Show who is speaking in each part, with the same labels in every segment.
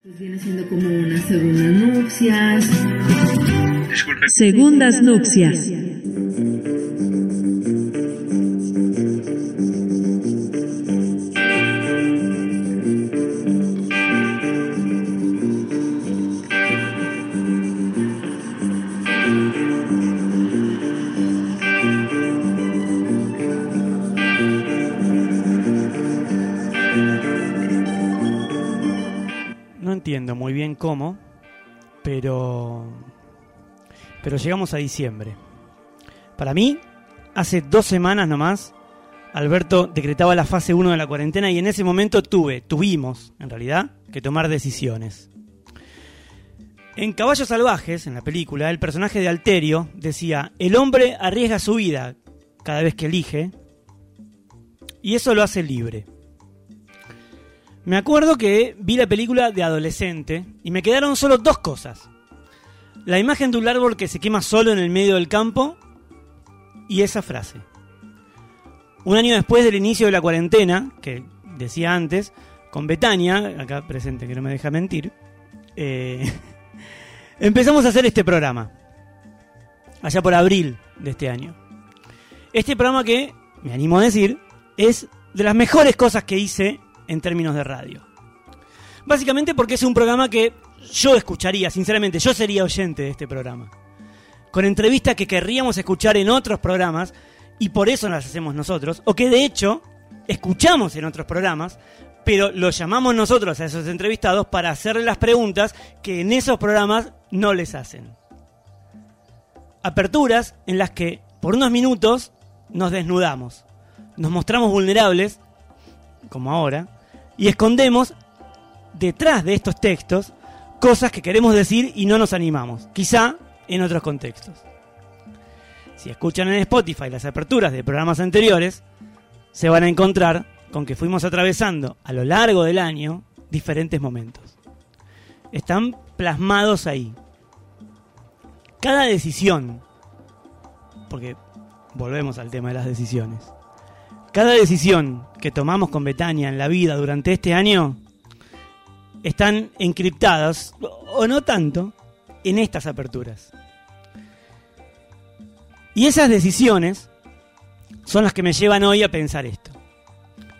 Speaker 1: Pues Viene siendo como unas segundas nupcias.
Speaker 2: Disculpe.
Speaker 3: Segundas nupcias.
Speaker 4: No entiendo muy bien cómo, pero. Pero llegamos a diciembre. Para mí, hace dos semanas nomás, Alberto decretaba la fase 1 de la cuarentena y en ese momento tuve, tuvimos, en realidad, que tomar decisiones. En Caballos Salvajes, en la película, el personaje de Alterio decía: El hombre arriesga su vida cada vez que elige, y eso lo hace libre. Me acuerdo que vi la película de adolescente y me quedaron solo dos cosas. La imagen de un árbol que se quema solo en el medio del campo y esa frase. Un año después del inicio de la cuarentena, que decía antes, con Betania, acá presente que no me deja mentir, eh, empezamos a hacer este programa. Allá por abril de este año. Este programa que, me animo a decir, es de las mejores cosas que hice en términos de radio. Básicamente porque es un programa que yo escucharía, sinceramente, yo sería oyente de este programa. Con entrevistas que querríamos escuchar en otros programas y por eso las hacemos nosotros, o que de hecho escuchamos en otros programas, pero los llamamos nosotros a esos entrevistados para hacerles las preguntas que en esos programas no les hacen. Aperturas en las que por unos minutos nos desnudamos, nos mostramos vulnerables como ahora, y escondemos detrás de estos textos cosas que queremos decir y no nos animamos, quizá en otros contextos. Si escuchan en Spotify las aperturas de programas anteriores, se van a encontrar con que fuimos atravesando a lo largo del año diferentes momentos. Están plasmados ahí. Cada decisión, porque volvemos al tema de las decisiones, cada decisión que tomamos con Betania en la vida durante este año están encriptadas, o no tanto, en estas aperturas. Y esas decisiones son las que me llevan hoy a pensar esto.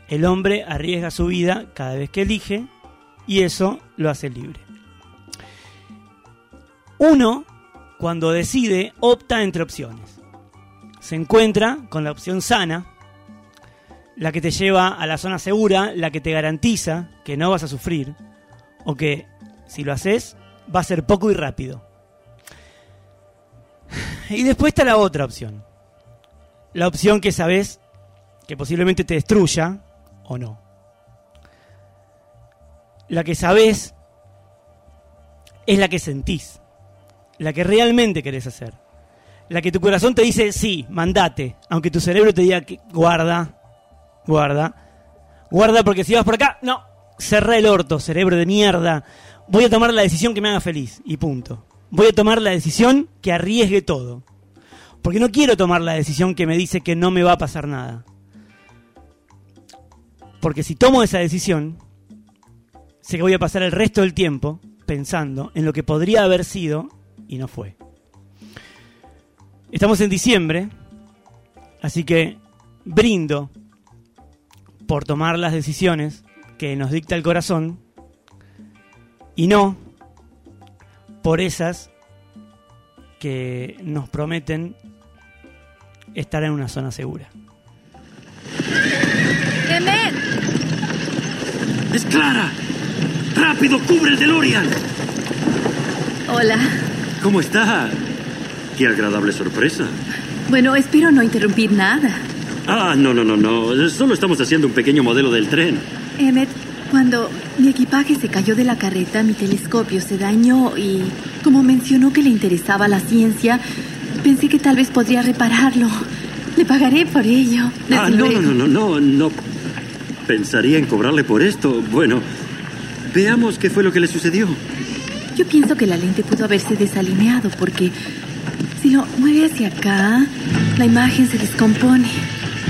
Speaker 4: El hombre arriesga su vida cada vez que elige y eso lo hace libre. Uno, cuando decide, opta entre opciones. Se encuentra con la opción sana, la que te lleva a la zona segura, la que te garantiza que no vas a sufrir, o que si lo haces va a ser poco y rápido. Y después está la otra opción, la opción que sabes que posiblemente te destruya o no. La que sabes es la que sentís, la que realmente querés hacer, la que tu corazón te dice sí, mandate, aunque tu cerebro te diga que guarda, Guarda. Guarda porque si vas por acá, no. Cerrá el orto, cerebro de mierda. Voy a tomar la decisión que me haga feliz y punto. Voy a tomar la decisión que arriesgue todo. Porque no quiero tomar la decisión que me dice que no me va a pasar nada. Porque si tomo esa decisión, sé que voy a pasar el resto del tiempo pensando en lo que podría haber sido y no fue. Estamos en diciembre, así que brindo por tomar las decisiones que nos dicta el corazón y no por esas que nos prometen estar en una zona segura.
Speaker 5: Clement,
Speaker 2: ¡Es Clara! ¡Rápido, cubre el DeLorean!
Speaker 5: hola.
Speaker 6: ¿Cómo está? Qué agradable sorpresa.
Speaker 5: Bueno, espero no interrumpir nada.
Speaker 6: Ah, no, no, no, no. Solo estamos haciendo un pequeño modelo del tren.
Speaker 5: Emmet, cuando mi equipaje se cayó de la carreta, mi telescopio se dañó y como mencionó que le interesaba la ciencia, pensé que tal vez podría repararlo. Le pagaré por ello. desde
Speaker 6: Ah, no,
Speaker 5: luego.
Speaker 6: no, no, no, no, no. Pensaría en cobrarle por esto. Bueno, veamos qué fue lo que le sucedió.
Speaker 5: Yo pienso que la lente pudo haberse desalineado porque si lo mueve hacia acá, la imagen se descompone.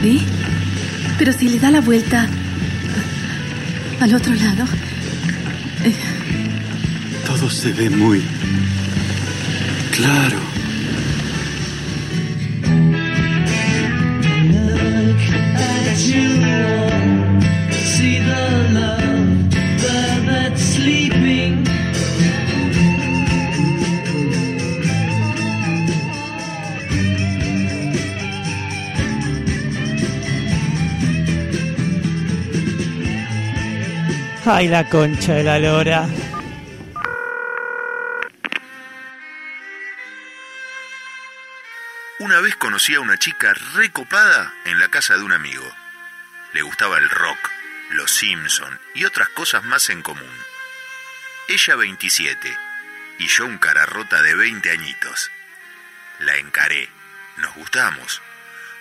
Speaker 5: ¿Ve? Pero si le da la vuelta al otro lado, eh,
Speaker 6: Esto se ve muy claro.
Speaker 4: Ay, la concha de la lora.
Speaker 3: Una vez conocí a una chica recopada en la casa de un amigo. Le gustaba el rock, los Simpson y otras cosas más en común. Ella 27 y yo un cararrota de 20 añitos. La encaré, nos gustamos.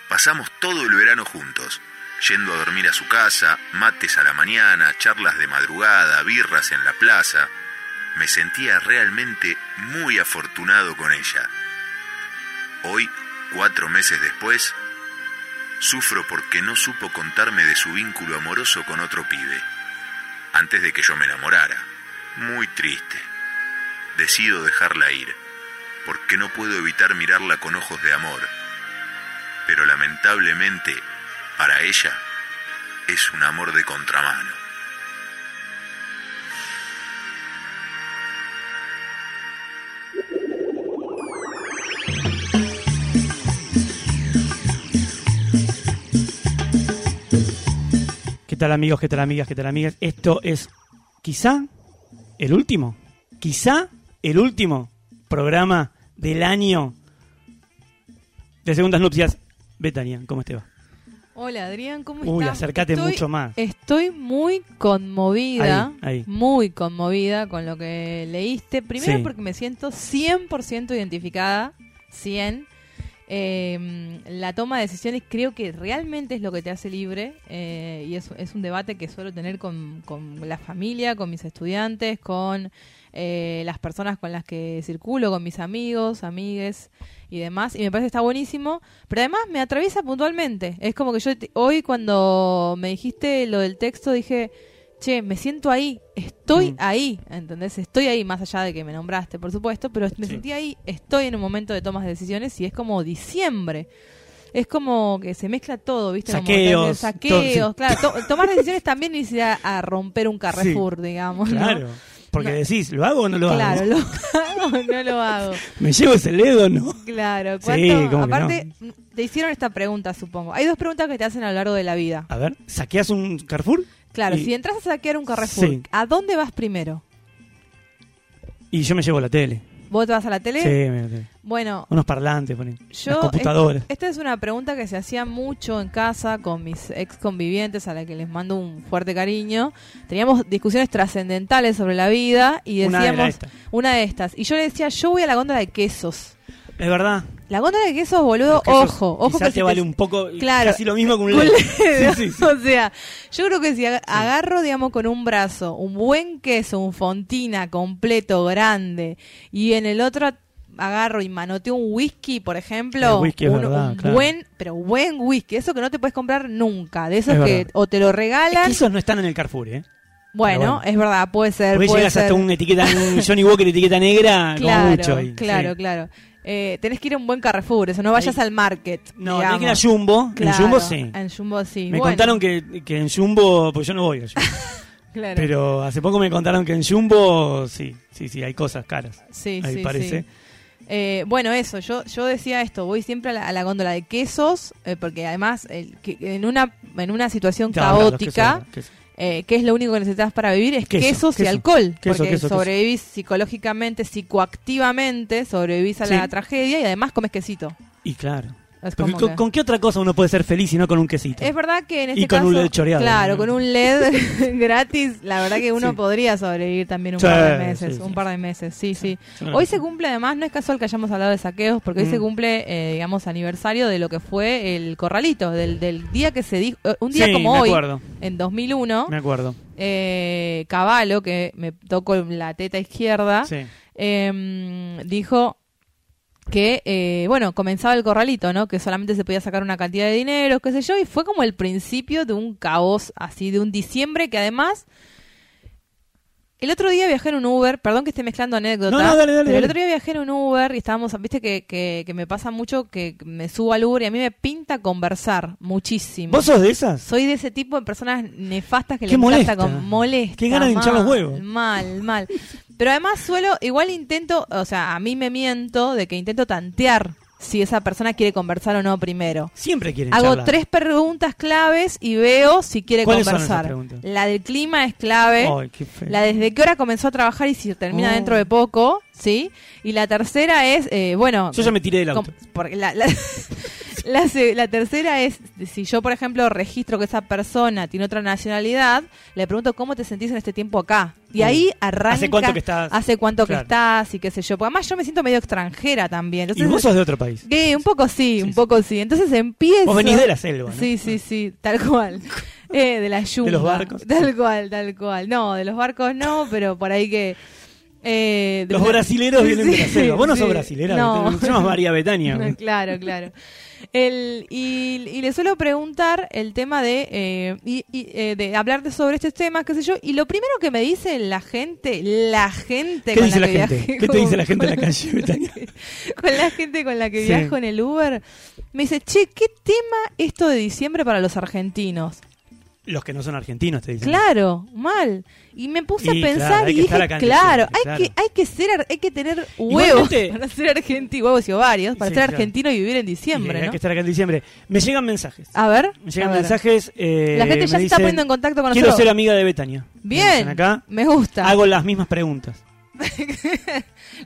Speaker 3: Pasamos todo el verano juntos, yendo a dormir a su casa, mates a la mañana, charlas de madrugada, birras en la plaza. Me sentía realmente muy afortunado con ella. Hoy, cuatro meses después, sufro porque no supo contarme de su vínculo amoroso con otro pibe, antes de que yo me enamorara. Muy triste. Decido dejarla ir, porque no puedo evitar mirarla con ojos de amor. Pero lamentablemente, para ella, es un amor de contramano.
Speaker 4: ¿Qué tal amigos? ¿Qué tal amigas? ¿Qué tal amigas? Esto es quizá el último, quizá el último programa del año de Segundas Nupcias. Betania, ¿cómo te va?
Speaker 7: Hola Adrián, ¿cómo estás?
Speaker 4: Uy, acércate
Speaker 7: Estoy-
Speaker 4: mucho más.
Speaker 7: Estoy muy conmovida,
Speaker 4: Ahí, ahí.
Speaker 7: muy conmovida con lo que leíste. Primero
Speaker 4: Sí.
Speaker 7: porque me siento 100% identificada, 100. Eh, la toma de decisiones creo que realmente es lo que te hace libre eh, y es, es un debate que suelo tener con, con la familia, con mis estudiantes, con eh, las personas con las que circulo, con mis amigos, amigues y demás. Y me parece que está buenísimo, pero además me atraviesa puntualmente. Es como que yo te- hoy cuando me dijiste lo del texto dije, che, me siento ahí, estoy
Speaker 4: Mm.
Speaker 7: ahí, ¿entendés? Estoy ahí, más allá de que me nombraste, por supuesto, pero me
Speaker 4: Sí.
Speaker 7: sentí ahí, estoy en un momento de tomas de decisiones y es como diciembre. Es como que se mezcla todo, ¿viste? Como
Speaker 4: Saqueos,
Speaker 7: tener saqueos,
Speaker 4: todo, sí.
Speaker 7: claro. to- tomar decisiones también y ir a, a romper un Carrefour, digamos. ¿no?
Speaker 4: Claro, porque
Speaker 7: No.
Speaker 4: decís, ¿lo hago o no lo
Speaker 7: claro,
Speaker 4: hago?
Speaker 7: lo hago, no lo hago.
Speaker 4: ¿Me llevo ese dedo o no?
Speaker 7: Claro,
Speaker 4: Sí,
Speaker 7: ¿cuánto-
Speaker 4: ¿cómo que
Speaker 7: aparte, te hicieron esta pregunta, supongo. Hay dos preguntas que te hacen a lo largo de la vida.
Speaker 4: A ver, ¿saqueas un Carrefour?
Speaker 7: Claro,
Speaker 4: Y-
Speaker 7: si entras a saquear un Carrefour,
Speaker 4: Sí.
Speaker 7: ¿a dónde vas primero?
Speaker 4: Y yo me llevo la tele.
Speaker 7: ¿Vos te vas a la tele?
Speaker 4: Sí, me llevo la tele.
Speaker 7: Bueno,
Speaker 4: Unos parlantes, ponen.
Speaker 7: yo...
Speaker 4: Las computadoras.
Speaker 7: es- esta es una pregunta que se hacía mucho en casa con mis ex convivientes, a la que les mando un fuerte cariño. Teníamos discusiones trascendentales sobre la vida y
Speaker 4: Una
Speaker 7: decíamos...
Speaker 4: era esta.
Speaker 7: una de estas. Y yo le decía, yo voy a la góndola de quesos.
Speaker 4: Es verdad.
Speaker 7: La góndola de quesos, boludo,
Speaker 4: Porque eso
Speaker 7: ojo, ojo
Speaker 4: quizá
Speaker 7: que
Speaker 4: te
Speaker 7: si
Speaker 4: vale un poco.
Speaker 7: Claro.
Speaker 4: Casi lo mismo que un
Speaker 7: Con
Speaker 4: LED.
Speaker 7: ledo.
Speaker 4: Sí, sí, sí.
Speaker 7: O sea, yo creo que si ag- agarro, digamos, con un brazo un buen queso, un fontina completo, grande, y en el otro agarro y manoteo un whisky, por ejemplo,
Speaker 4: El whisky es
Speaker 7: un,
Speaker 4: verdad,
Speaker 7: un
Speaker 4: claro.
Speaker 7: buen, pero buen whisky, eso que no te puedes comprar nunca, de esos
Speaker 4: Es
Speaker 7: que
Speaker 4: verdad.
Speaker 7: o te lo
Speaker 4: Es
Speaker 7: regalan,
Speaker 4: que esos no están en el Carrefour, ¿eh?
Speaker 7: bueno,
Speaker 4: bueno.
Speaker 7: es verdad, puede ser,
Speaker 4: Porque
Speaker 7: puede
Speaker 4: llegas
Speaker 7: ser.
Speaker 4: hasta una etiqueta, un Johnny Walker etiqueta negra, como
Speaker 7: claro,
Speaker 4: mucho. ahí, sí.
Speaker 7: claro, claro. Eh, tenés que ir a un buen Carrefour, eso no vayas al market.
Speaker 4: No,
Speaker 7: digamos.
Speaker 4: tenés que ir a Jumbo.
Speaker 7: Claro,
Speaker 4: en Jumbo sí.
Speaker 7: En Jumbo sí.
Speaker 4: Me
Speaker 7: Bueno,
Speaker 4: contaron que, que en Jumbo, pues yo no voy a Jumbo,
Speaker 7: claro.
Speaker 4: pero hace poco me contaron que en Jumbo sí, sí, sí, hay cosas caras.
Speaker 7: Sí,
Speaker 4: ahí
Speaker 7: sí,
Speaker 4: parece.
Speaker 7: sí. Eh, bueno, eso, yo, yo decía esto, voy siempre a la, a la góndola de quesos, eh, porque además el que- en una, en una situación
Speaker 4: Claro, los
Speaker 7: caótica,
Speaker 4: quesos, los quesos.
Speaker 7: eh, que es lo único que necesitas para vivir, es
Speaker 4: Queso,
Speaker 7: quesos y
Speaker 4: queso,
Speaker 7: alcohol,
Speaker 4: queso,
Speaker 7: porque
Speaker 4: queso, queso.
Speaker 7: sobrevivís psicológicamente, psicoactivamente, sobrevivís a la
Speaker 4: Sí.
Speaker 7: tragedia y además comes quesito.
Speaker 4: Y claro.
Speaker 7: Es
Speaker 4: Porque
Speaker 7: como
Speaker 4: con,
Speaker 7: que-
Speaker 4: con qué otra cosa uno puede ser feliz si no con un quesito?
Speaker 7: Es verdad que en este
Speaker 4: con un
Speaker 7: caso-
Speaker 4: LED choreado,
Speaker 7: Claro,
Speaker 4: ¿no?
Speaker 7: con un LED gratis, la verdad que uno
Speaker 4: Sí.
Speaker 7: podría sobrevivir también un
Speaker 4: Sí,
Speaker 7: par de meses,
Speaker 4: sí, sí.
Speaker 7: un par de meses, sí, sí.
Speaker 4: Yo no lo
Speaker 7: Hoy
Speaker 4: sé.
Speaker 7: se cumple además, no es casual que hayamos hablado de saqueos, porque hoy
Speaker 4: Mm.
Speaker 7: se cumple, eh, digamos, aniversario de lo que fue el corralito, del, del día que se dijo, eh, un día
Speaker 4: Sí,
Speaker 7: como
Speaker 4: me
Speaker 7: hoy,
Speaker 4: acuerdo.
Speaker 7: en 2001,
Speaker 4: Me acuerdo.
Speaker 7: eh, Caballo, que me tocó la teta izquierda,
Speaker 4: Sí.
Speaker 7: eh, dijo que, eh, bueno, comenzaba el corralito, ¿no? Que solamente se podía sacar una cantidad de dinero, qué sé yo, y fue como el principio de un caos así, de un diciembre que además El otro día viajé en un Uber, perdón que esté mezclando anécdotas.
Speaker 4: No, no, dale, dale,
Speaker 7: Pero el
Speaker 4: dale.
Speaker 7: otro día viajé en un Uber y estábamos, viste que, que, que me pasa mucho que me subo al Uber y a mí me pinta conversar muchísimo.
Speaker 4: ¿Vos sos de esas?
Speaker 7: Soy de ese tipo de personas nefastas que
Speaker 4: Qué
Speaker 7: le encanta
Speaker 4: molesta.
Speaker 7: con molesta.
Speaker 4: Qué ganas de hinchar los
Speaker 7: mal,
Speaker 4: huevos.
Speaker 7: Mal, mal. Pero además suelo, igual intento, o sea, a mí me miento de que intento tantear si esa persona quiere conversar o no primero.
Speaker 4: Siempre quieren
Speaker 7: Hago
Speaker 4: charlar.
Speaker 7: tres preguntas claves y veo si quiere
Speaker 4: ¿Cuáles son esas
Speaker 7: conversar.
Speaker 4: preguntas?
Speaker 7: La del clima es clave.
Speaker 4: Ay, qué feo.
Speaker 7: La desde qué hora comenzó a trabajar y si termina
Speaker 4: Oh.
Speaker 7: dentro de poco, ¿sí? Y la tercera es, eh, bueno...
Speaker 4: Yo ya me tiré del
Speaker 7: com-
Speaker 4: auto.
Speaker 7: porque la, la- la se- la tercera es, si yo, por ejemplo, registro que esa persona tiene otra nacionalidad, le pregunto cómo te sentís en este tiempo acá. Y
Speaker 4: Mm.
Speaker 7: ahí arranca...
Speaker 4: ¿Hace cuánto que estás?
Speaker 7: Hace cuánto
Speaker 4: Claro.
Speaker 7: que estás y qué sé yo. Porque además yo me siento medio extranjera también.
Speaker 4: Y
Speaker 7: Entonces,
Speaker 4: vos sos de otro país.
Speaker 7: Sí, un poco sí,
Speaker 4: sí.
Speaker 7: un poco sí. Entonces empiezo...
Speaker 4: Vos venís de la selva, ¿no? Ah.
Speaker 7: Sí, sí, sí, tal cual. Eh, de la yunga.
Speaker 4: los barcos.
Speaker 7: Tal cual, tal cual. No, de los barcos no, pero por ahí que... eh, de
Speaker 4: Los
Speaker 7: pla-
Speaker 4: brasileros vienen de la selva. Vos no sos brasilera,
Speaker 7: No.
Speaker 4: te- te llamas María Betania.
Speaker 7: No, claro, claro. El, y, y le suelo preguntar el tema de, eh, y, y, eh, de hablar de- sobre estos temas, qué sé yo. Y lo primero que me dice la gente, la gente
Speaker 4: ¿Qué
Speaker 7: con
Speaker 4: dice
Speaker 7: la
Speaker 4: la
Speaker 7: que
Speaker 4: gente?
Speaker 7: viajé,
Speaker 4: ¿Qué te
Speaker 7: con-
Speaker 4: dice la gente en la
Speaker 7: con
Speaker 4: calle, Betania?
Speaker 7: con la gente con la que
Speaker 4: Sí.
Speaker 7: viajo en el Uber, me dice, che, ¿qué tema esto de diciembre para los argentinos?
Speaker 4: Los que no son argentinos te dicen.
Speaker 7: Claro, mal. Y me puse
Speaker 4: Y,
Speaker 7: a pensar
Speaker 4: claro, hay
Speaker 7: y
Speaker 4: que estar
Speaker 7: dije,
Speaker 4: acá en
Speaker 7: claro,
Speaker 4: diciembre,
Speaker 7: hay
Speaker 4: claro.
Speaker 7: que hay que ser ar- hay que tener huevos
Speaker 4: Igualmente-
Speaker 7: para ser argentino, huevos y ovarios, para
Speaker 4: Sí,
Speaker 7: ser
Speaker 4: claro.
Speaker 7: argentino y vivir en diciembre,
Speaker 4: Y hay
Speaker 7: ¿no?
Speaker 4: que estar acá en diciembre. Me llegan mensajes.
Speaker 7: A ver,
Speaker 4: Me llegan
Speaker 7: a ver.
Speaker 4: mensajes. eh,
Speaker 7: La gente
Speaker 4: me
Speaker 7: ya se está
Speaker 4: dicen,
Speaker 7: poniendo en contacto con
Speaker 4: Quiero
Speaker 7: nosotros".
Speaker 4: ser amiga de Betania. Me dicen
Speaker 7: Bien, Mm,
Speaker 4: acá.
Speaker 7: me gusta.
Speaker 4: Hago las mismas preguntas.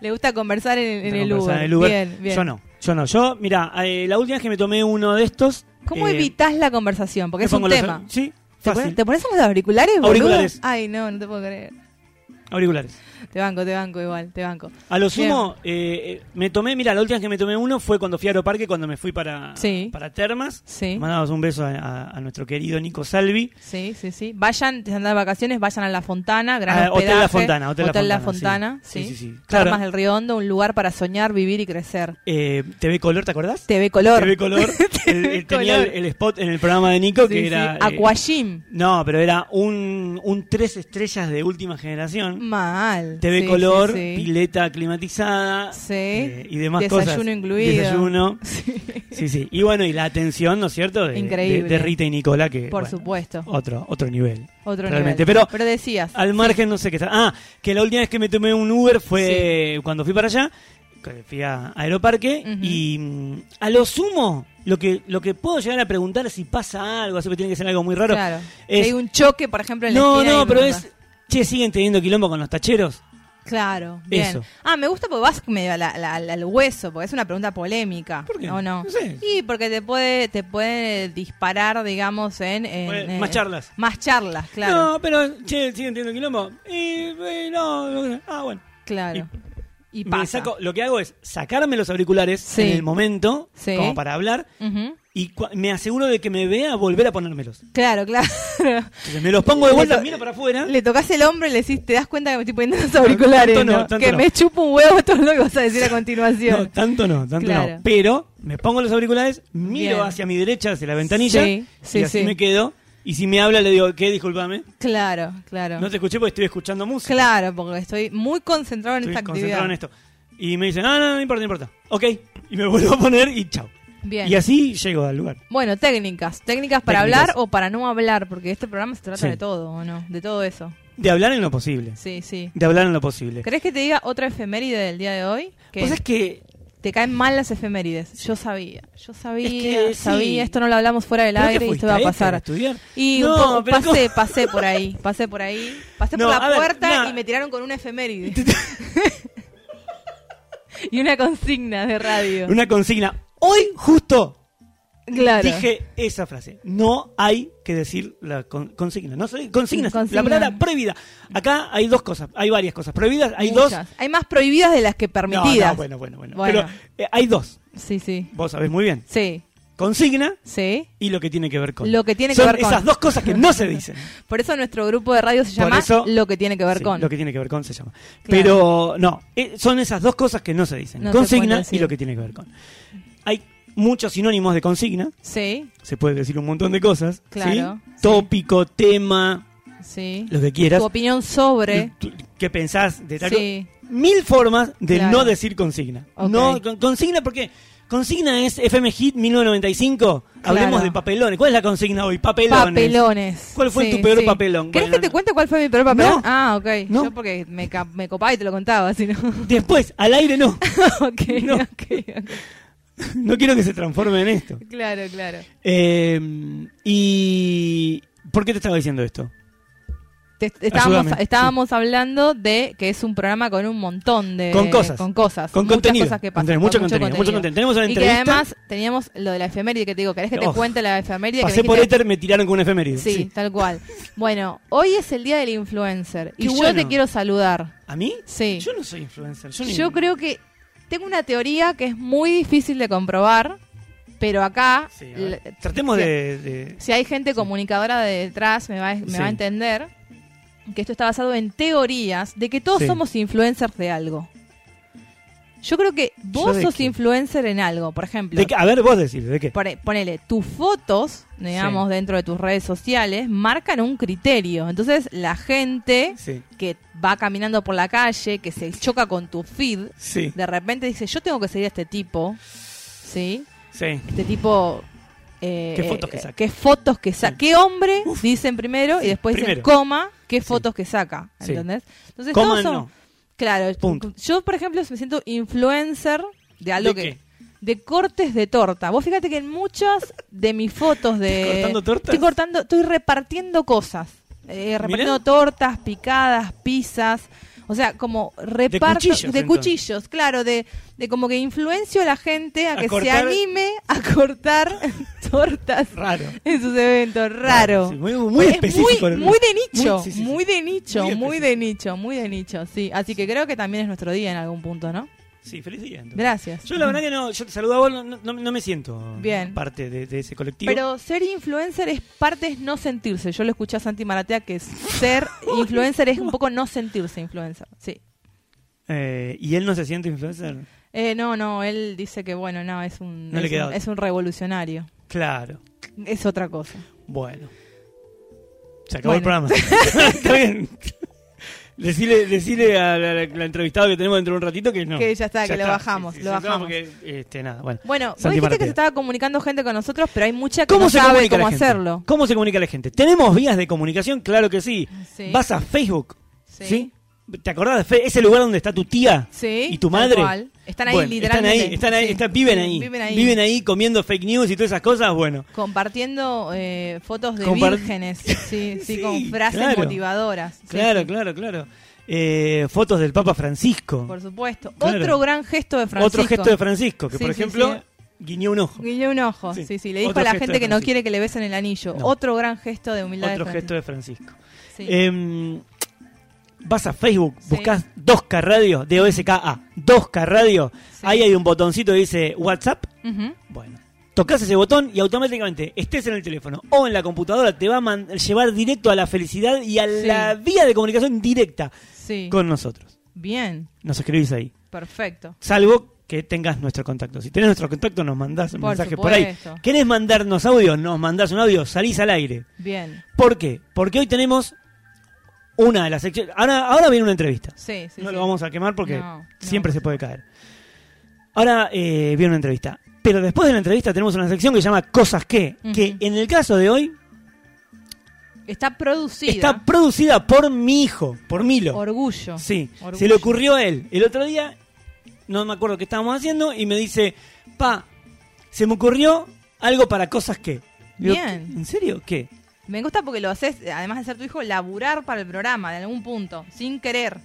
Speaker 7: Le gusta conversar en, en
Speaker 4: Tengo
Speaker 7: el,
Speaker 4: que
Speaker 7: Uber.
Speaker 4: pensar en el Uber.
Speaker 7: Bien, bien.
Speaker 4: Yo no. Yo no. Yo, mira, eh, la última vez que me tomé uno de estos.
Speaker 7: ¿Cómo
Speaker 4: eh,
Speaker 7: evitas la conversación? Porque
Speaker 4: me
Speaker 7: es un
Speaker 4: pongo los-
Speaker 7: tema.
Speaker 4: Sí,
Speaker 7: ¿Te, pones, este
Speaker 4: fácil.
Speaker 7: te pones los auriculares, boludo?
Speaker 4: Auriculares.
Speaker 7: Ay, no, no te puedo creer.
Speaker 4: Auriculares.
Speaker 7: Te banco, te banco igual, te banco.
Speaker 4: A lo sumo, eh, eh, me tomé, mira, la última vez que me tomé uno fue cuando fui a Aeroparque, cuando me fui para,
Speaker 7: Sí.
Speaker 4: para Termas.
Speaker 7: Sí.
Speaker 4: Mandamos un beso a, a- a nuestro querido Nico Salvi.
Speaker 7: Sí, sí, sí. Vayan, si andan de vacaciones, vayan a La Fontana, gran
Speaker 4: Ah, Hotel La
Speaker 7: hospedaje.
Speaker 4: Fontana, Hotel La Fontana,
Speaker 7: Fontana,
Speaker 4: sí.
Speaker 7: sí.
Speaker 4: Sí, sí, sí.
Speaker 7: Termas
Speaker 4: Claro.
Speaker 7: del Río Hondo, un lugar para soñar, vivir y crecer.
Speaker 4: Eh, TV Color, ¿te acordás?
Speaker 7: TV Color.
Speaker 4: TV Color. Él- él tenía el,
Speaker 7: Color.
Speaker 4: el spot en el programa de
Speaker 7: Sí,
Speaker 4: Nico que
Speaker 7: sí.
Speaker 4: era. eh,
Speaker 7: Aquagym.
Speaker 4: no, pero era un, un tres estrellas de última generación.
Speaker 7: Mal.
Speaker 4: TV
Speaker 7: Mm. Sí,
Speaker 4: Color,
Speaker 7: sí, sí.
Speaker 4: pileta climatizada
Speaker 7: Sí.
Speaker 4: eh, y demás
Speaker 7: Desayuno
Speaker 4: cosas.
Speaker 7: incluido.
Speaker 4: Desayuno. Eh,
Speaker 7: Sí.
Speaker 4: Sí, sí. Y bueno, y la atención, ¿no es cierto? De,
Speaker 7: Increíble.
Speaker 4: de- de Rita y Nicola, que.
Speaker 7: Por
Speaker 4: bueno,
Speaker 7: supuesto.
Speaker 4: Otro, otro nivel.
Speaker 7: Otro
Speaker 4: Realmente.
Speaker 7: nivel.
Speaker 4: Pero
Speaker 7: decías.
Speaker 4: al margen, no sé qué está. Ah, que la última vez que me tomé un Uber fue cuando fui para allá, que fui a Aeroparque,
Speaker 7: Ujú.
Speaker 4: y mm, a lo sumo, lo que, lo que puedo llegar a preguntar es si pasa algo, así que tiene que ser algo muy raro.
Speaker 7: Claro.
Speaker 4: es-
Speaker 7: Si hay un choque, por ejemplo, en la
Speaker 4: no,
Speaker 7: esquina
Speaker 4: no,
Speaker 7: y-
Speaker 4: pero es. Che, siguen teniendo quilombo con los tacheros.
Speaker 7: Claro, bien.
Speaker 4: Eso.
Speaker 7: Ah, me gusta porque vas medio a la- la- la- al hueso, porque es una pregunta polémica.
Speaker 4: ¿Por qué?
Speaker 7: ¿O no?
Speaker 4: No sé.
Speaker 7: Y porque te puede, te puede disparar, digamos, en... en,
Speaker 4: Bueno,
Speaker 7: eh,
Speaker 4: más charlas.
Speaker 7: Más charlas, claro.
Speaker 4: No, pero che, siguen teniendo quilombo. Y, eh, no, no, ah, bueno.
Speaker 7: Claro. Y,
Speaker 4: Me
Speaker 7: pasa.
Speaker 4: saco- lo que hago es sacarme los auriculares
Speaker 7: Sí.
Speaker 4: en el momento,
Speaker 7: Sí.
Speaker 4: como para hablar,
Speaker 7: Ujú.
Speaker 4: y cua- me aseguro de que me vea volver a ponérmelos.
Speaker 7: Claro, claro.
Speaker 4: Entonces me los pongo de
Speaker 7: Le
Speaker 4: vuelta,
Speaker 7: to-
Speaker 4: miro para afuera.
Speaker 7: Le tocas el hombro y le decís, te das cuenta que me estoy poniendo los auriculares.
Speaker 4: Tanto no,
Speaker 7: ¿no?
Speaker 4: tanto
Speaker 7: que
Speaker 4: no.
Speaker 7: me chupo un huevo todo lo que vas a decir a continuación.
Speaker 4: No, tanto no, tanto
Speaker 7: Claro.
Speaker 4: no. Pero me pongo los auriculares, miro
Speaker 7: Bien.
Speaker 4: hacia mi derecha, hacia la ventanilla,
Speaker 7: Sí, sí,
Speaker 4: y así
Speaker 7: sí.
Speaker 4: me quedo. Y si me habla, le digo, ¿qué? Disculpame.
Speaker 7: Claro, claro.
Speaker 4: No te escuché porque estoy escuchando música.
Speaker 7: Claro, porque estoy muy concentrado en
Speaker 4: Estoy
Speaker 7: esta actividad.
Speaker 4: concentrado en esto. Y me dicen, ah, no, no, no importa, no importa. Ok. Y me vuelvo a poner y chao.
Speaker 7: Bien.
Speaker 4: Y así llego al lugar.
Speaker 7: Bueno, técnicas. Técnicas para
Speaker 4: Técnicas.
Speaker 7: hablar o para no hablar, porque este programa se trata
Speaker 4: Sí.
Speaker 7: de todo, ¿o no? De todo eso.
Speaker 4: De hablar en lo posible.
Speaker 7: Sí, sí.
Speaker 4: De hablar en lo posible.
Speaker 7: ¿Crees que te diga otra efeméride del día de hoy? Que
Speaker 4: Pues es que
Speaker 7: te caen mal las efemérides. Yo sabía, yo sabía,
Speaker 4: Es que sí.
Speaker 7: sabía. Esto no lo hablamos fuera del
Speaker 4: ¿Pero qué
Speaker 7: aire y esto
Speaker 4: fuiste
Speaker 7: va a
Speaker 4: a Éter a
Speaker 7: pasar.
Speaker 4: estudiar?
Speaker 7: Y
Speaker 4: No,
Speaker 7: un poco-
Speaker 4: pero
Speaker 7: pasé,
Speaker 4: ¿cómo?
Speaker 7: pasé por ahí, pasé por ahí. Pasé
Speaker 4: No,
Speaker 7: por
Speaker 4: a
Speaker 7: la
Speaker 4: ver,
Speaker 7: puerta
Speaker 4: nada.
Speaker 7: y me tiraron con una efeméride. y una consigna de radio.
Speaker 4: una consigna. Hoy justo
Speaker 7: claro.
Speaker 4: dije esa frase. No hay que decir la con- consigna. No sé, consignas.
Speaker 7: Consigna.
Speaker 4: La palabra prohibida. Acá hay dos cosas. Hay varias cosas. Prohibidas hay
Speaker 7: Muchas. Hay más prohibidas de las que
Speaker 4: dos.
Speaker 7: permitidas.
Speaker 4: No, no, bueno, bueno, bueno.
Speaker 7: Bueno.
Speaker 4: Pero eh, hay dos.
Speaker 7: Sí, sí.
Speaker 4: Vos sabés muy bien.
Speaker 7: Sí,
Speaker 4: Consigna
Speaker 7: sí.
Speaker 4: y lo que tiene que ver con.
Speaker 7: Lo que tiene que
Speaker 4: Son
Speaker 7: ver con.
Speaker 4: esas dos cosas que no se dicen.
Speaker 7: Por eso nuestro grupo de radio se llama
Speaker 4: eso-
Speaker 7: Lo que tiene que ver
Speaker 4: Sí,
Speaker 7: con.
Speaker 4: Lo que tiene que ver con se llama.
Speaker 7: Claro.
Speaker 4: Pero no, eh, son esas dos cosas que no se dicen.
Speaker 7: No se pueden
Speaker 4: consigna
Speaker 7: decir.
Speaker 4: y lo que tiene que ver con. Hay muchos sinónimos de consigna.
Speaker 7: Sí,
Speaker 4: se puede decir un montón de cosas. ¿sí?
Speaker 7: Claro, sí.
Speaker 4: Tópico, tema,
Speaker 7: Sí.
Speaker 4: lo que quieras.
Speaker 7: Tu opinión sobre.
Speaker 4: Tú- ¿Qué pensás de tal cosa?
Speaker 7: Sí.
Speaker 4: Mil formas de
Speaker 7: Claro.
Speaker 4: no decir consigna.
Speaker 7: Ok.
Speaker 4: No, con- consigna, ¿por qué? Consigna es FM Hit 1995. Hablemos
Speaker 7: Claro.
Speaker 4: de papelones. ¿Cuál es la consigna hoy? Papelones.
Speaker 7: Papelones.
Speaker 4: ¿Cuál fue
Speaker 7: Sí,
Speaker 4: tu peor
Speaker 7: sí.
Speaker 4: papelón?
Speaker 7: ¿Querés
Speaker 4: Bueno,
Speaker 7: que te
Speaker 4: no.
Speaker 7: cuente cuál fue mi peor papelón?
Speaker 4: No.
Speaker 7: Ah, ok.
Speaker 4: No.
Speaker 7: Yo porque me, ca- me copaba y te lo contaba, si no.
Speaker 4: Después, al aire no.
Speaker 7: ok,
Speaker 4: No.
Speaker 7: ok, ok.
Speaker 4: No quiero que se transforme en esto.
Speaker 7: Claro, claro.
Speaker 4: Eh, ¿Y por qué te estaba diciendo esto?
Speaker 7: Te- estábamos
Speaker 4: Ayúdame.
Speaker 7: estábamos hablando de que es un programa con un montón de
Speaker 4: Con cosas.
Speaker 7: con cosas,
Speaker 4: Con
Speaker 7: muchas
Speaker 4: contenido.
Speaker 7: cosas que pasan,
Speaker 4: Contenido,
Speaker 7: con
Speaker 4: mucho contenido, mucho contenido. Tenemos una
Speaker 7: y que
Speaker 4: entrevista.
Speaker 7: además teníamos lo de la efeméride que te digo, ¿querés que te
Speaker 4: Oh.
Speaker 7: cuente la efeméride?
Speaker 4: Pasé
Speaker 7: que me
Speaker 4: por
Speaker 7: dijiste-
Speaker 4: éter, me tiraron con una efeméride.
Speaker 7: sí, tal cual. Bueno, hoy es el día del influencer
Speaker 4: Qué
Speaker 7: y yo
Speaker 4: bueno.
Speaker 7: te quiero saludar.
Speaker 4: ¿A mí?
Speaker 7: Sí.
Speaker 4: Yo no soy influencer. Yo, ni-
Speaker 7: Yo creo que tengo una teoría que es muy difícil de comprobar, pero acá
Speaker 4: Sí, a ver.
Speaker 7: l-
Speaker 4: Tratemos
Speaker 7: si-
Speaker 4: de, de-
Speaker 7: Si hay gente comunicadora de detrás, me va, me
Speaker 4: Sí.
Speaker 7: va a entender que esto está basado en teorías de que todos
Speaker 4: Sí.
Speaker 7: somos influencers de algo. Yo creo que vos
Speaker 4: de
Speaker 7: sos
Speaker 4: qué?
Speaker 7: influencer en algo, por ejemplo.
Speaker 4: de qué- A ver, vos decís, ¿de qué?
Speaker 7: Pone- ponele, tus fotos, digamos, dentro de tus redes sociales, marcan un criterio. Entonces, la gente
Speaker 4: Sí.
Speaker 7: que va caminando por la calle, que se choca con tu feed,
Speaker 4: Sí.
Speaker 7: de repente dice, yo tengo que seguir a este tipo, ¿sí?
Speaker 4: Sí.
Speaker 7: Este tipo... eh,
Speaker 4: ¿Qué fotos que
Speaker 7: eh,
Speaker 4: saca?
Speaker 7: ¿Qué fotos que saca?
Speaker 4: Sí.
Speaker 7: ¿Qué hombre dicen primero y después
Speaker 4: primero.
Speaker 7: dicen coma qué fotos que saca?
Speaker 4: Sí.
Speaker 7: ¿Entendés? Entonces
Speaker 4: ¿Cómo
Speaker 7: todos son-
Speaker 4: no?
Speaker 7: Claro.
Speaker 4: Punto.
Speaker 7: Yo, por ejemplo, me siento influencer de algo
Speaker 4: ¿De
Speaker 7: que...
Speaker 4: qué?
Speaker 7: De cortes de torta. Vos fíjate que en muchas de mis fotos de...
Speaker 4: ¿Estás cortando tortas?
Speaker 7: Estoy cortando, estoy repartiendo cosas. Eh, repartiendo tortas, picadas, pizzas. O sea, como reparto
Speaker 4: cuchillos, entonces.
Speaker 7: cuchillos, claro, de, de como que influencio a la gente a,
Speaker 4: A
Speaker 7: que
Speaker 4: cortar-
Speaker 7: se anime a cortar tortas
Speaker 4: Raro.
Speaker 7: en sus eventos, raro.
Speaker 4: Sí, muy, muy
Speaker 7: Es
Speaker 4: específico.
Speaker 7: Muy, muy de nicho, muy,
Speaker 4: Muy- sí, sí, sí.
Speaker 7: de nicho,
Speaker 4: Muy
Speaker 7: muy, de nicho, muy de nicho, sí. Así que creo que también es nuestro día en algún punto, ¿no?
Speaker 4: Sí, feliz día. entonces.
Speaker 7: Gracias.
Speaker 4: Yo la verdad que no, yo te saludo a vos, no, no- no me siento
Speaker 7: Bien.
Speaker 4: parte de, de ese colectivo.
Speaker 7: Pero ser influencer es parte es no sentirse. Yo lo escuché a Santi Maratea que ser influencer es un poco no sentirse influencer, sí.
Speaker 4: Eh, y él no se siente influencer.
Speaker 7: Eh, no, no, él dice que bueno, no, es un,
Speaker 4: No le
Speaker 7: es
Speaker 4: queda
Speaker 7: un-
Speaker 4: otra.
Speaker 7: es un revolucionario.
Speaker 4: Claro.
Speaker 7: Es otra cosa.
Speaker 4: Bueno. Se acabó
Speaker 7: Bueno.
Speaker 4: el programa. Está bien. Decile, decile a la, la- la entrevistada que tenemos dentro de un ratito que no.
Speaker 7: Que ya está, que lo
Speaker 4: está.
Speaker 7: bajamos, lo
Speaker 4: no,
Speaker 7: bajamos.
Speaker 4: porque, este, nada, bueno.
Speaker 7: Bueno, vos
Speaker 4: Santi
Speaker 7: dijiste que
Speaker 4: Maratea.
Speaker 7: se estaba comunicando gente con nosotros, pero hay mucha que
Speaker 4: ¿Cómo
Speaker 7: no
Speaker 4: se
Speaker 7: sabe
Speaker 4: comunica
Speaker 7: cómo
Speaker 4: la gente?
Speaker 7: hacerlo.
Speaker 4: ¿Cómo se comunica la gente? ¿Tenemos vías de comunicación? Claro que sí.
Speaker 7: Sí.
Speaker 4: Vas a Facebook.
Speaker 7: Sí.
Speaker 4: Sí. ¿Te acordás de Fe- ese lugar donde está tu tía?
Speaker 7: Sí,
Speaker 4: ¿Y tu
Speaker 7: tal
Speaker 4: madre?
Speaker 7: cual. Están ahí,
Speaker 4: Bueno,
Speaker 7: literalmente.
Speaker 4: Están ahí, están ahí,
Speaker 7: Sí.
Speaker 4: están- viven, ahí.
Speaker 7: Viven ahí.
Speaker 4: comiendo fake news y todas esas cosas. Bueno,
Speaker 7: Compartiendo eh, fotos de
Speaker 4: Compar-
Speaker 7: vírgenes, sí, sí,
Speaker 4: Sí,
Speaker 7: con frases
Speaker 4: claro.
Speaker 7: motivadoras. sí,
Speaker 4: claro,
Speaker 7: sí,
Speaker 4: claro, claro. Eh, fotos del Papa Francisco.
Speaker 7: Por supuesto.
Speaker 4: Claro.
Speaker 7: Otro gran gesto de Francisco.
Speaker 4: Otro gesto de Francisco, que
Speaker 7: Sí,
Speaker 4: por
Speaker 7: sí,
Speaker 4: ejemplo,
Speaker 7: sí.
Speaker 4: guiñó un ojo.
Speaker 7: Guiñó un ojo,
Speaker 4: Sí.
Speaker 7: sí, sí. Le dijo
Speaker 4: Otro
Speaker 7: a la
Speaker 4: gesto
Speaker 7: gente
Speaker 4: de
Speaker 7: que no
Speaker 4: Francisco.
Speaker 7: quiere que le besen el anillo.
Speaker 4: No.
Speaker 7: Otro gran gesto de humildad
Speaker 4: Otro
Speaker 7: de
Speaker 4: gesto
Speaker 7: Francisco.
Speaker 4: de Francisco.
Speaker 7: Sí.
Speaker 4: Em, vas a Facebook,
Speaker 7: Sí.
Speaker 4: buscas 2K Radio, D-O-S-K-A, 2K Radio.
Speaker 7: Sí.
Speaker 4: Ahí hay un botoncito que dice WhatsApp.
Speaker 7: Ujú.
Speaker 4: Bueno, tocas ese botón y automáticamente estés en el teléfono o en la computadora te va a man- llevar directo a la felicidad y a
Speaker 7: Sí.
Speaker 4: la vía de comunicación directa
Speaker 7: Sí.
Speaker 4: con nosotros.
Speaker 7: Bien,
Speaker 4: Nos escribís ahí.
Speaker 7: perfecto.
Speaker 4: Salvo que tengas nuestro contacto. Si tenés nuestro contacto, nos mandás un
Speaker 7: Por
Speaker 4: mensaje por
Speaker 7: supuesto.
Speaker 4: ahí. ¿Querés mandarnos audio? Nos mandás un audio, salís al aire.
Speaker 7: Bien.
Speaker 4: ¿Por qué? Porque hoy tenemos una de las secciones. Ahora, ahora viene una entrevista.
Speaker 7: Sí, sí.
Speaker 4: no
Speaker 7: sí.
Speaker 4: lo vamos a quemar porque
Speaker 7: No, no,
Speaker 4: siempre
Speaker 7: por
Speaker 4: se puede caer. Ahora eh, viene una entrevista. Pero después de la entrevista tenemos una sección que se llama Cosas que,
Speaker 7: Ujú.
Speaker 4: que en el caso de hoy
Speaker 7: Está producida.
Speaker 4: está producida por mi hijo, por Milo.
Speaker 7: Orgullo.
Speaker 4: Sí,
Speaker 7: Orgullo.
Speaker 4: se le ocurrió a él. El otro día, no me acuerdo qué estábamos haciendo, y me dice, pa, se me ocurrió algo para cosas que. Digo,
Speaker 7: Bien.
Speaker 4: "¿Qué? ¿En serio? ¿Qué?
Speaker 7: Me gusta porque lo haces, además de ser tu hijo, laburar para el programa de algún punto, sin querer.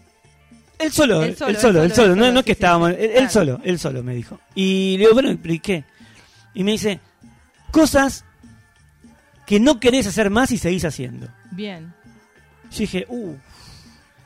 Speaker 4: Él solo,
Speaker 7: Él
Speaker 4: él
Speaker 7: solo,
Speaker 4: solo,
Speaker 7: él
Speaker 4: él
Speaker 7: solo,
Speaker 4: solo,
Speaker 7: él
Speaker 4: no,
Speaker 7: solo,
Speaker 4: no es que
Speaker 7: sí, sí,
Speaker 4: estábamos,
Speaker 7: sí,
Speaker 4: él, él
Speaker 7: claro.
Speaker 4: solo, él solo me dijo. Y le digo, bueno, pero ¿y qué? Y me dice, cosas que no querés hacer más y seguís haciendo.
Speaker 7: Bien,
Speaker 4: Yo dije, uh,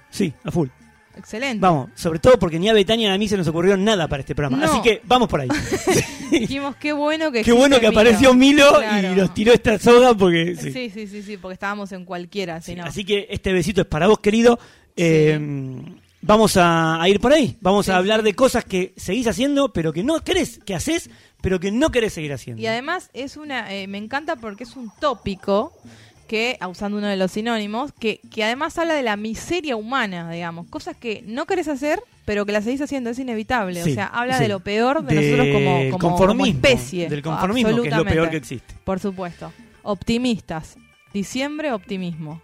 Speaker 4: sí, a full.
Speaker 7: excelente.
Speaker 4: Vamos, sobre todo porque ni a Betania ni a mí se nos ocurrió nada para este programa.
Speaker 7: No.
Speaker 4: Así que vamos por ahí.
Speaker 7: Dijimos qué bueno que
Speaker 4: Qué
Speaker 7: existe
Speaker 4: bueno que
Speaker 7: Milo.
Speaker 4: apareció Milo
Speaker 7: Claro.
Speaker 4: y nos tiró esta soga porque... sí.
Speaker 7: Sí. sí, sí, sí, porque estábamos en cualquiera, si
Speaker 4: Sí,
Speaker 7: no.
Speaker 4: Así que este besito es para vos, querido. Eh, Vamos a, a ir por ahí. Vamos
Speaker 7: Sí,
Speaker 4: a hablar de cosas que seguís haciendo, pero que no querés, que haces, pero que no querés seguir haciendo.
Speaker 7: Y además es una, eh, me encanta porque es un tópico que, ah, usando uno de los sinónimos, que, que además habla de la miseria humana, digamos, cosas que no querés hacer, pero que las seguís haciendo, es inevitable.
Speaker 4: Sí,
Speaker 7: o sea, habla
Speaker 4: sí.
Speaker 7: de lo peor de,
Speaker 4: Del
Speaker 7: nosotros como, como, como
Speaker 4: conformismo,
Speaker 7: especie.
Speaker 4: Del conformismo, que es lo
Speaker 7: Absolutamente.
Speaker 4: peor que existe.
Speaker 7: Por supuesto. Optimistas. Diciembre, optimismo.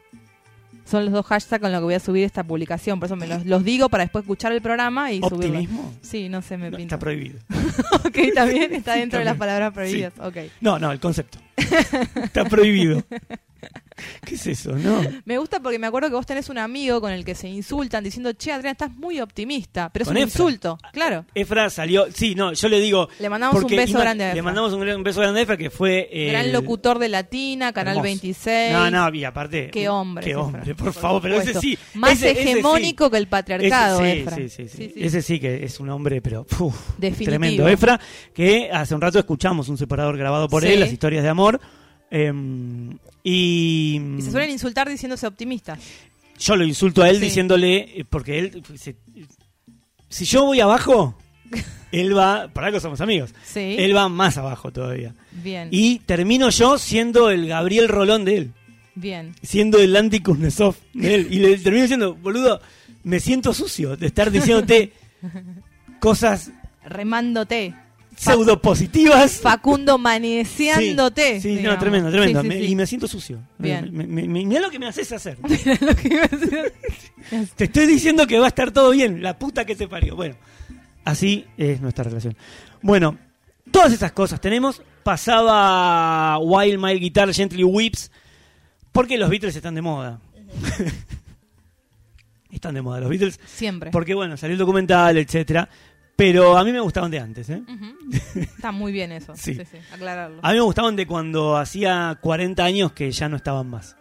Speaker 7: Son los dos hashtags con los que voy a subir esta publicación. Por eso me los, los digo para después escuchar el programa y subirlo.
Speaker 4: ¿Optimismo?
Speaker 7: Sí, no sé, me
Speaker 4: No,
Speaker 7: pinta.
Speaker 4: está prohibido.
Speaker 7: ok, también está dentro de las
Speaker 4: También.
Speaker 7: palabras prohibidas. Ok.
Speaker 4: No, no, el concepto. Está prohibido. ¿Qué es eso? No.
Speaker 7: Me gusta porque me acuerdo que vos tenés un amigo con el que se insultan diciendo, che, Adrián, estás muy optimista. Pero es
Speaker 4: Con
Speaker 7: un
Speaker 4: Efra.
Speaker 7: insulto, claro.
Speaker 4: Efra salió. Sí, no, yo le digo.
Speaker 7: Le mandamos
Speaker 4: porque
Speaker 7: un beso
Speaker 4: ima-
Speaker 7: grande a
Speaker 4: Le
Speaker 7: Efra.
Speaker 4: mandamos un, gran- un beso grande a Efra que fue. eh,
Speaker 7: Gran
Speaker 4: el-
Speaker 7: locutor de Latina, Canal
Speaker 4: hermoso.
Speaker 7: 26.
Speaker 4: No, no, y aparte. uh,
Speaker 7: Qué hombre.
Speaker 4: Qué
Speaker 7: ese
Speaker 4: hombre,
Speaker 7: Efra,
Speaker 4: por favor. Pero ese
Speaker 7: supuesto.
Speaker 4: sí.
Speaker 7: Más
Speaker 4: ese- ese sí.
Speaker 7: hegemónico que el patriarcado,
Speaker 4: Ese- sí,
Speaker 7: Efra.
Speaker 4: sí, sí, sí.
Speaker 7: Sí, sí.
Speaker 4: Ese sí que es un hombre, pero uf,
Speaker 7: Definitivo.
Speaker 4: tremendo. Efra, que hace un rato escuchamos un separador grabado por
Speaker 7: Sí.
Speaker 4: él, las historias de amor. em, y,
Speaker 7: Y se suelen insultar diciéndose optimistas.
Speaker 4: yo lo insulto a él
Speaker 7: Sí.
Speaker 4: diciéndole, eh, porque él, se- si yo voy abajo, él va, para algo somos amigos,
Speaker 7: Sí.
Speaker 4: él va más abajo todavía.
Speaker 7: Bien.
Speaker 4: Y termino yo siendo el Gabriel Rolón de él,
Speaker 7: Bien.
Speaker 4: siendo el Andy Kuznetsov de él. Y le termino diciendo, boludo, me siento sucio de estar diciéndote cosas
Speaker 7: Remándote.
Speaker 4: pseudo positivas.
Speaker 7: Facundo manieciándote.
Speaker 4: Sí, no,
Speaker 7: digamos.
Speaker 4: tremendo, tremendo.
Speaker 7: Sí, sí,
Speaker 4: Me-
Speaker 7: sí.
Speaker 4: Y me siento sucio.
Speaker 7: Bien.
Speaker 4: Me- me- me- mirá lo que me haces hacer.
Speaker 7: Lo que iba a decir.
Speaker 4: Te estoy diciendo que va a estar todo bien, la puta que te parió. Bueno, así es nuestra relación. Bueno, todas esas cosas tenemos. Pasaba Wild My Guitar Gently Whips porque los Beatles están de moda. están de moda los Beatles
Speaker 7: Siempre.
Speaker 4: porque, bueno, salió el documental, etcétera. Pero a mí me gustaban de antes, ¿eh?
Speaker 7: Ujú. Está muy bien eso.
Speaker 4: Sí. Ah.
Speaker 7: Sí. sí, Aclararlo.
Speaker 4: A mí me gustaban de cuando hacía 40 años que ya no estaban más.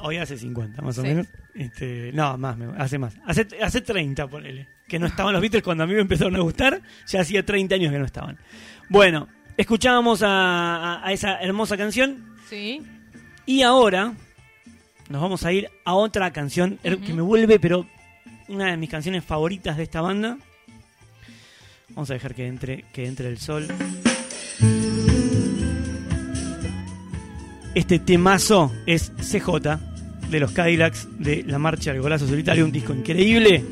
Speaker 4: Hoy hace 50, más o
Speaker 7: Sí.
Speaker 4: menos. Este, no, más, me- hace más. Hace, hace 30, ponele. Que no estaban los Beatles cuando a mí me empezaron a gustar. Ya hacía 30 años que no estaban. Bueno, escuchábamos a, a- a esa hermosa canción.
Speaker 7: Sí.
Speaker 4: Y ahora nos vamos a ir a otra canción er- que me vuelve, pero una de mis canciones favoritas de esta banda. Vamos a dejar que entre, que entre el sol. Este temazo es CJ de los Cadillacs de La Marcha al Golazo Solitario, un disco increíble.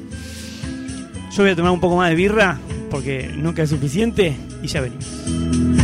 Speaker 4: Yo voy a tomar un poco más de birra porque nunca es suficiente y ya venimos.